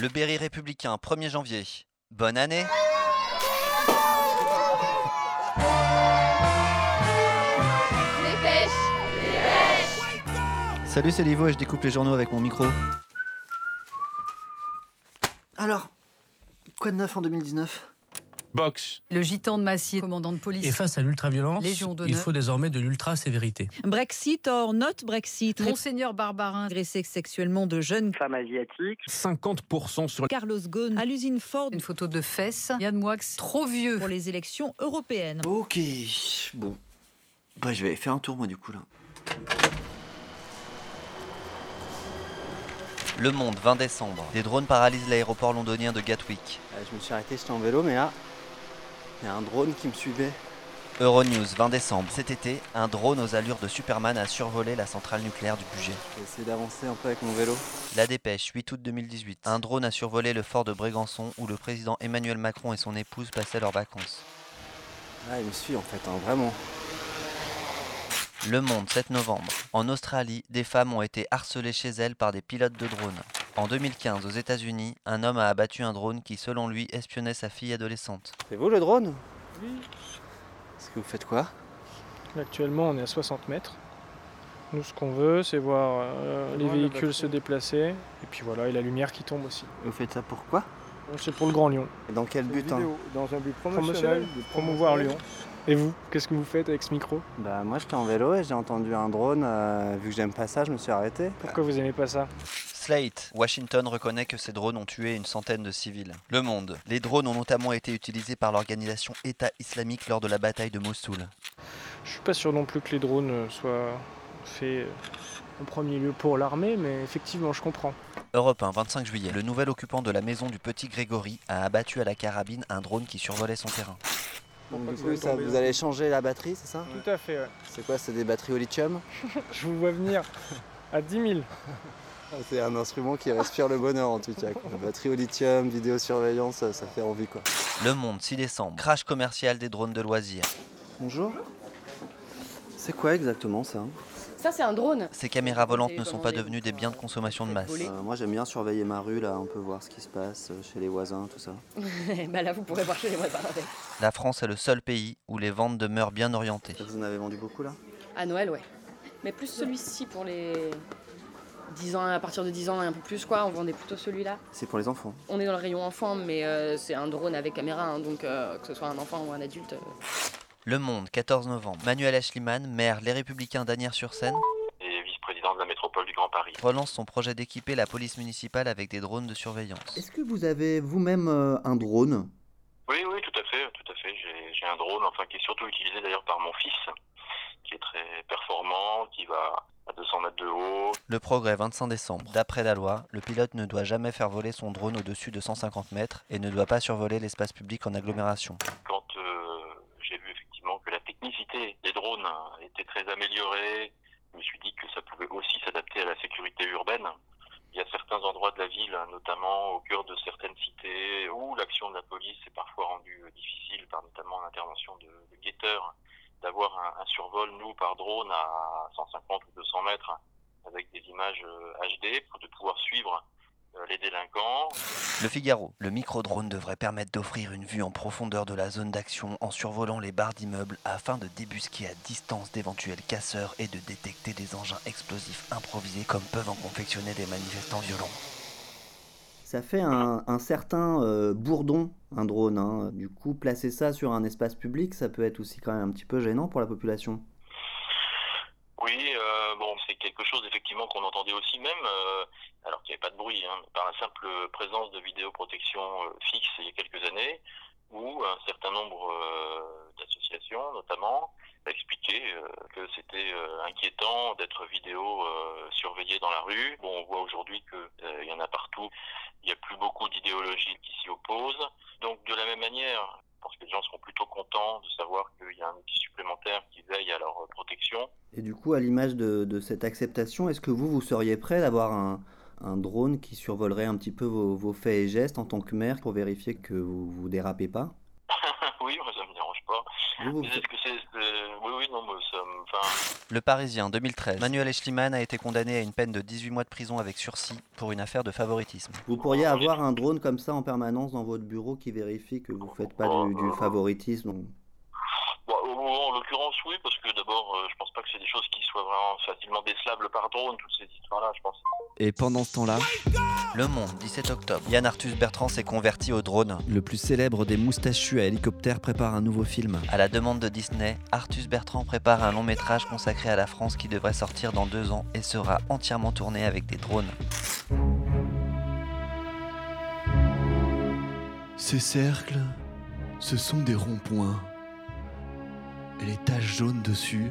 Le Berry républicain, 1er janvier. Bonne année Salut, c'est Livo et je découpe les journaux avec mon micro. Alors, quoi de neuf en 2019 Box. Le gitan de Massier, commandant de police. Et face à l'ultraviolence, Légion d'honneur. il faut désormais de l'ultra-sévérité. Brexit or not Brexit. Monseigneur Barbarin, Agressé sexuellement de jeunes. Femme asiatique. 50% sur Carlos Ghosn à l'usine Ford une photo de fesses. Yann Moix, trop vieux. pour les élections européennes. Ok, bon. Bah, je vais aller faire un tour, moi, du coup, là. Le Monde, 20 décembre. Des drones paralysent l'aéroport londonien de Gatwick. Euh, je me suis arrêté, j'étais en vélo, mais là, il y a un drone qui me suivait. Euronews, 20 décembre. Cet été, un drone aux allures de Superman a survolé la centrale nucléaire du Bugey. J'ai essayé d'avancer un peu avec mon vélo. La Dépêche, 8 août 2018. Un drone a survolé le fort de Brégançon où le président Emmanuel Macron et son épouse passaient leurs vacances. Ah, il me suit, en fait, hein, vraiment. Le Monde, 7 novembre. En Australie, des femmes ont été harcelées chez elles par des pilotes de drones. En 2015, aux États-Unis, un homme a abattu un drone qui, selon lui, espionnait sa fille adolescente. C'est vous, le drone Oui, Est-ce que vous faites quoi actuellement on est à 60 mètres. Nous ce qu'on veut c'est voir euh, les véhicules se déplacer et puis voilà et la lumière qui tombe aussi. Vous faites ça pourquoi Donc, C'est pour le Grand Lyon. Et dans quel but hein Dans un but promotionnel, de promouvoir Lyon. Et vous, qu'est-ce que vous faites avec ce micro Bah, moi, j'étais en vélo et j'ai entendu un drone. euh, vu que j'aime pas ça, je me suis arrêté. Pourquoi vous aimez pas ça Slate, Washington reconnaît que ces drones ont tué une centaine de civils. Le Monde, les drones ont notamment été utilisés par l'organisation État islamique lors de la bataille de Mossoul. Je suis pas sûr non plus que les drones euh, soient faits euh, en premier lieu pour l'armée, mais effectivement je comprends. Europe 1, 25 juillet, le nouvel occupant de la maison du petit Grégory a abattu à la carabine un drone qui survolait son terrain. Donc, Pourquoi du vous coup, êtes ça, tombé vous allez changer la batterie, c'est ça Tout à fait, ouais. C'est quoi C'est des batteries au lithium je vous vois venir à 10 000. Ah, C'est un instrument qui respire le bonheur en tout cas. quoi. Batterie au lithium, vidéosurveillance, ça, ça fait envie quoi. Le Monde, 6 décembre, crash commercial des drones de loisirs. Bonjour. C'est quoi exactement ça Ça, c'est un drone. Ces caméras volantes ne sont pas devenues des biens de consommation de masse. Euh, Moi j'aime bien surveiller ma rue là, on peut voir ce qui se passe euh, chez les voisins, tout ça. bah là, vous pourrez voir chez les voisins avec. La France est le seul pays où les ventes demeurent bien orientées. Vous en avez vendu beaucoup là À Noël, ouais. Mais plus celui-ci pour les 10 ans, à partir de 10 ans et un peu plus, quoi. On vendait plutôt celui-là. C'est pour les enfants. On est dans le rayon enfant, mais euh, c'est un drone avec caméra, hein, donc euh, que ce soit un enfant ou un adulte. euh, Le Monde, 14 novembre, Manuel Schliemann, maire Les Républicains d'Anières-sur-Seine, et vice-président de la métropole du Grand Paris. relance son projet d'équiper la police municipale avec des drones de surveillance. Est-ce que vous avez vous-même euh, un drone Oui, oui, tout à fait, tout à fait. J'ai j'ai un drone, enfin, qui est surtout utilisé d'ailleurs par mon fils, qui est très performant, qui va à 200 mètres de haut. Le progrès 25 décembre. D'après la loi, le pilote ne doit jamais faire voler son drone au-dessus de 150 mètres et ne doit pas survoler l'espace public en agglomération. Quand euh, j'ai vu effectivement que la technicité des drones hein, était très améliorée, je me suis dit que ça pouvait aussi s'adapter à la sécurité urbaine. Il y a certains endroits de la ville, hein, notamment au cœur de certaines cités, où l'action de la police est parfois rendue euh, difficile par notamment l'intervention de, de guetteurs. D'avoir un, un survol, nous, par drone à 150 ou 200 mètres, avec des images euh, HD, pour de pouvoir suivre euh, les délinquants. Le Figaro. Le micro-drone devrait permettre d'offrir une vue en profondeur de la zone d'action en survolant les barres d'immeubles afin de débusquer à distance d'éventuels casseurs et de détecter des engins explosifs improvisés comme peuvent en confectionner des manifestants violents. Ça fait un, un certain euh, bourdon, un drone. hein. Du coup, placer ça sur un espace public, ça peut être aussi quand même un petit peu gênant pour la population. Oui, euh, bon, c'est quelque chose effectivement qu'on entendait aussi même, euh, alors qu'il n'y avait pas de bruit, hein, par la simple présence de vidéoprotection euh, fixe il y a quelques années, où un certain nombre euh, d'associations notamment expliquaient euh, que c'était euh, inquiétant d'être vidéo euh, surveillé dans la rue. Bon, on voit aujourd'hui que euh, il y en a partout, il n'y a plus beaucoup d'idéologies qui s'y opposent. Donc de la même manière, je pense que les gens seront plutôt contents de savoir qu'il y a un outil supplémentaire qui veille à leur euh, protection. Et du coup, à l'image de, de cette acceptation, est-ce que vous, vous seriez prêt d'avoir un, un drone qui survolerait un petit peu vos, vos faits et gestes en tant que maire pour vérifier que vous vous dérapez pas oui, moi ça me dérange pas. Vous, vous- Mais est-ce que c'est. euh, oui, oui, non, mais ça me. Enfin, Le Parisien, 2013. Manuel Eschliman a été condamné à une peine de 18 mois de prison avec sursis pour une affaire de favoritisme. Vous pourriez avoir un drone comme ça en permanence dans votre bureau qui vérifie que vous faites pas du, du favoritisme. Bon, au moment, en l'occurrence, oui, parce que d'abord, euh, je pense pas que c'est des choses qui soient vraiment facilement décelables par drone, toutes ces histoires-là, je pense. Et pendant ce temps-là, Le Monde, 17 octobre. Yann Arthus Bertrand s'est converti au drone. le plus célèbre des moustachus à hélicoptère prépare un nouveau film. À la demande de Disney, Arthus Bertrand prépare un long métrage consacré à la France qui devrait sortir dans deux ans et sera entièrement tourné avec des drones. Ces cercles, ce sont des ronds-points. Et les taches jaunes dessus,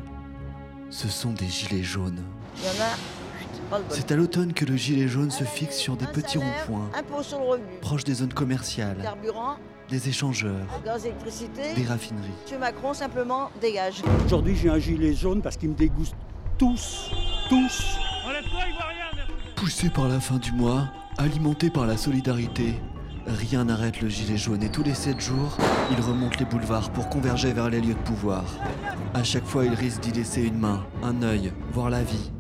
ce sont des gilets jaunes. Il y en a. Chut, Pas le bol. C'est à l'automne que le gilet jaune se fixe sur des Un petits salaire, ronds-points, Impôt sur le revenu. proches des zones commerciales, Carburant, des échangeurs, gaz, électricité. des raffineries. Monsieur Macron, simplement, dégage. Aujourd'hui, j'ai un gilet jaune parce qu'il me dégoûte tous, tous. Poussé par la fin du mois, alimenté par la solidarité, rien n'arrête le gilet jaune et tous les 7 jours, il remonte les boulevards pour converger vers les lieux de pouvoir. À chaque fois, il risque d'y laisser une main, un œil, voire la vie.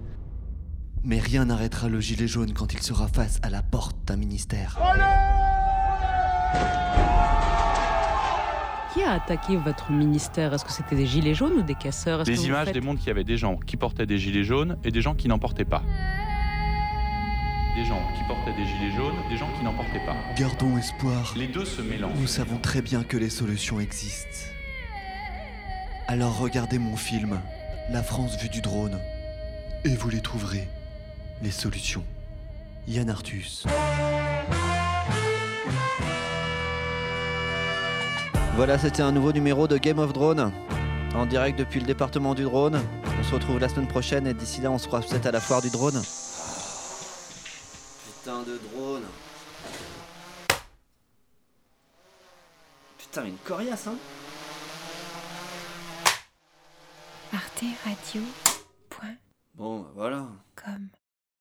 Mais rien n'arrêtera le gilet jaune quand il sera face à la porte d'un ministère. Qui a attaqué votre ministère Est-ce que c'était des gilets jaunes ou des casseurs Est-ce que Les vous images faites- démontrent qu'il y avait des gens qui portaient des gilets jaunes et des gens qui n'en portaient pas. Des gens qui portaient des gilets jaunes, des gens qui n'en portaient pas. Gardons espoir. Les deux se mélangent. Nous savons très bien que les solutions existent. Alors regardez mon film, La France vue du drone, et vous les trouverez, les solutions. Yann Arthus. Voilà, c'était un nouveau numéro de Game of Drone. En direct depuis le département du drone. On se retrouve la semaine prochaine et d'ici là, on se croise peut-être à la foire du drone. Putain de drone. Putain, une coriace, hein Arte Radio. Point Bon, bah voilà. com.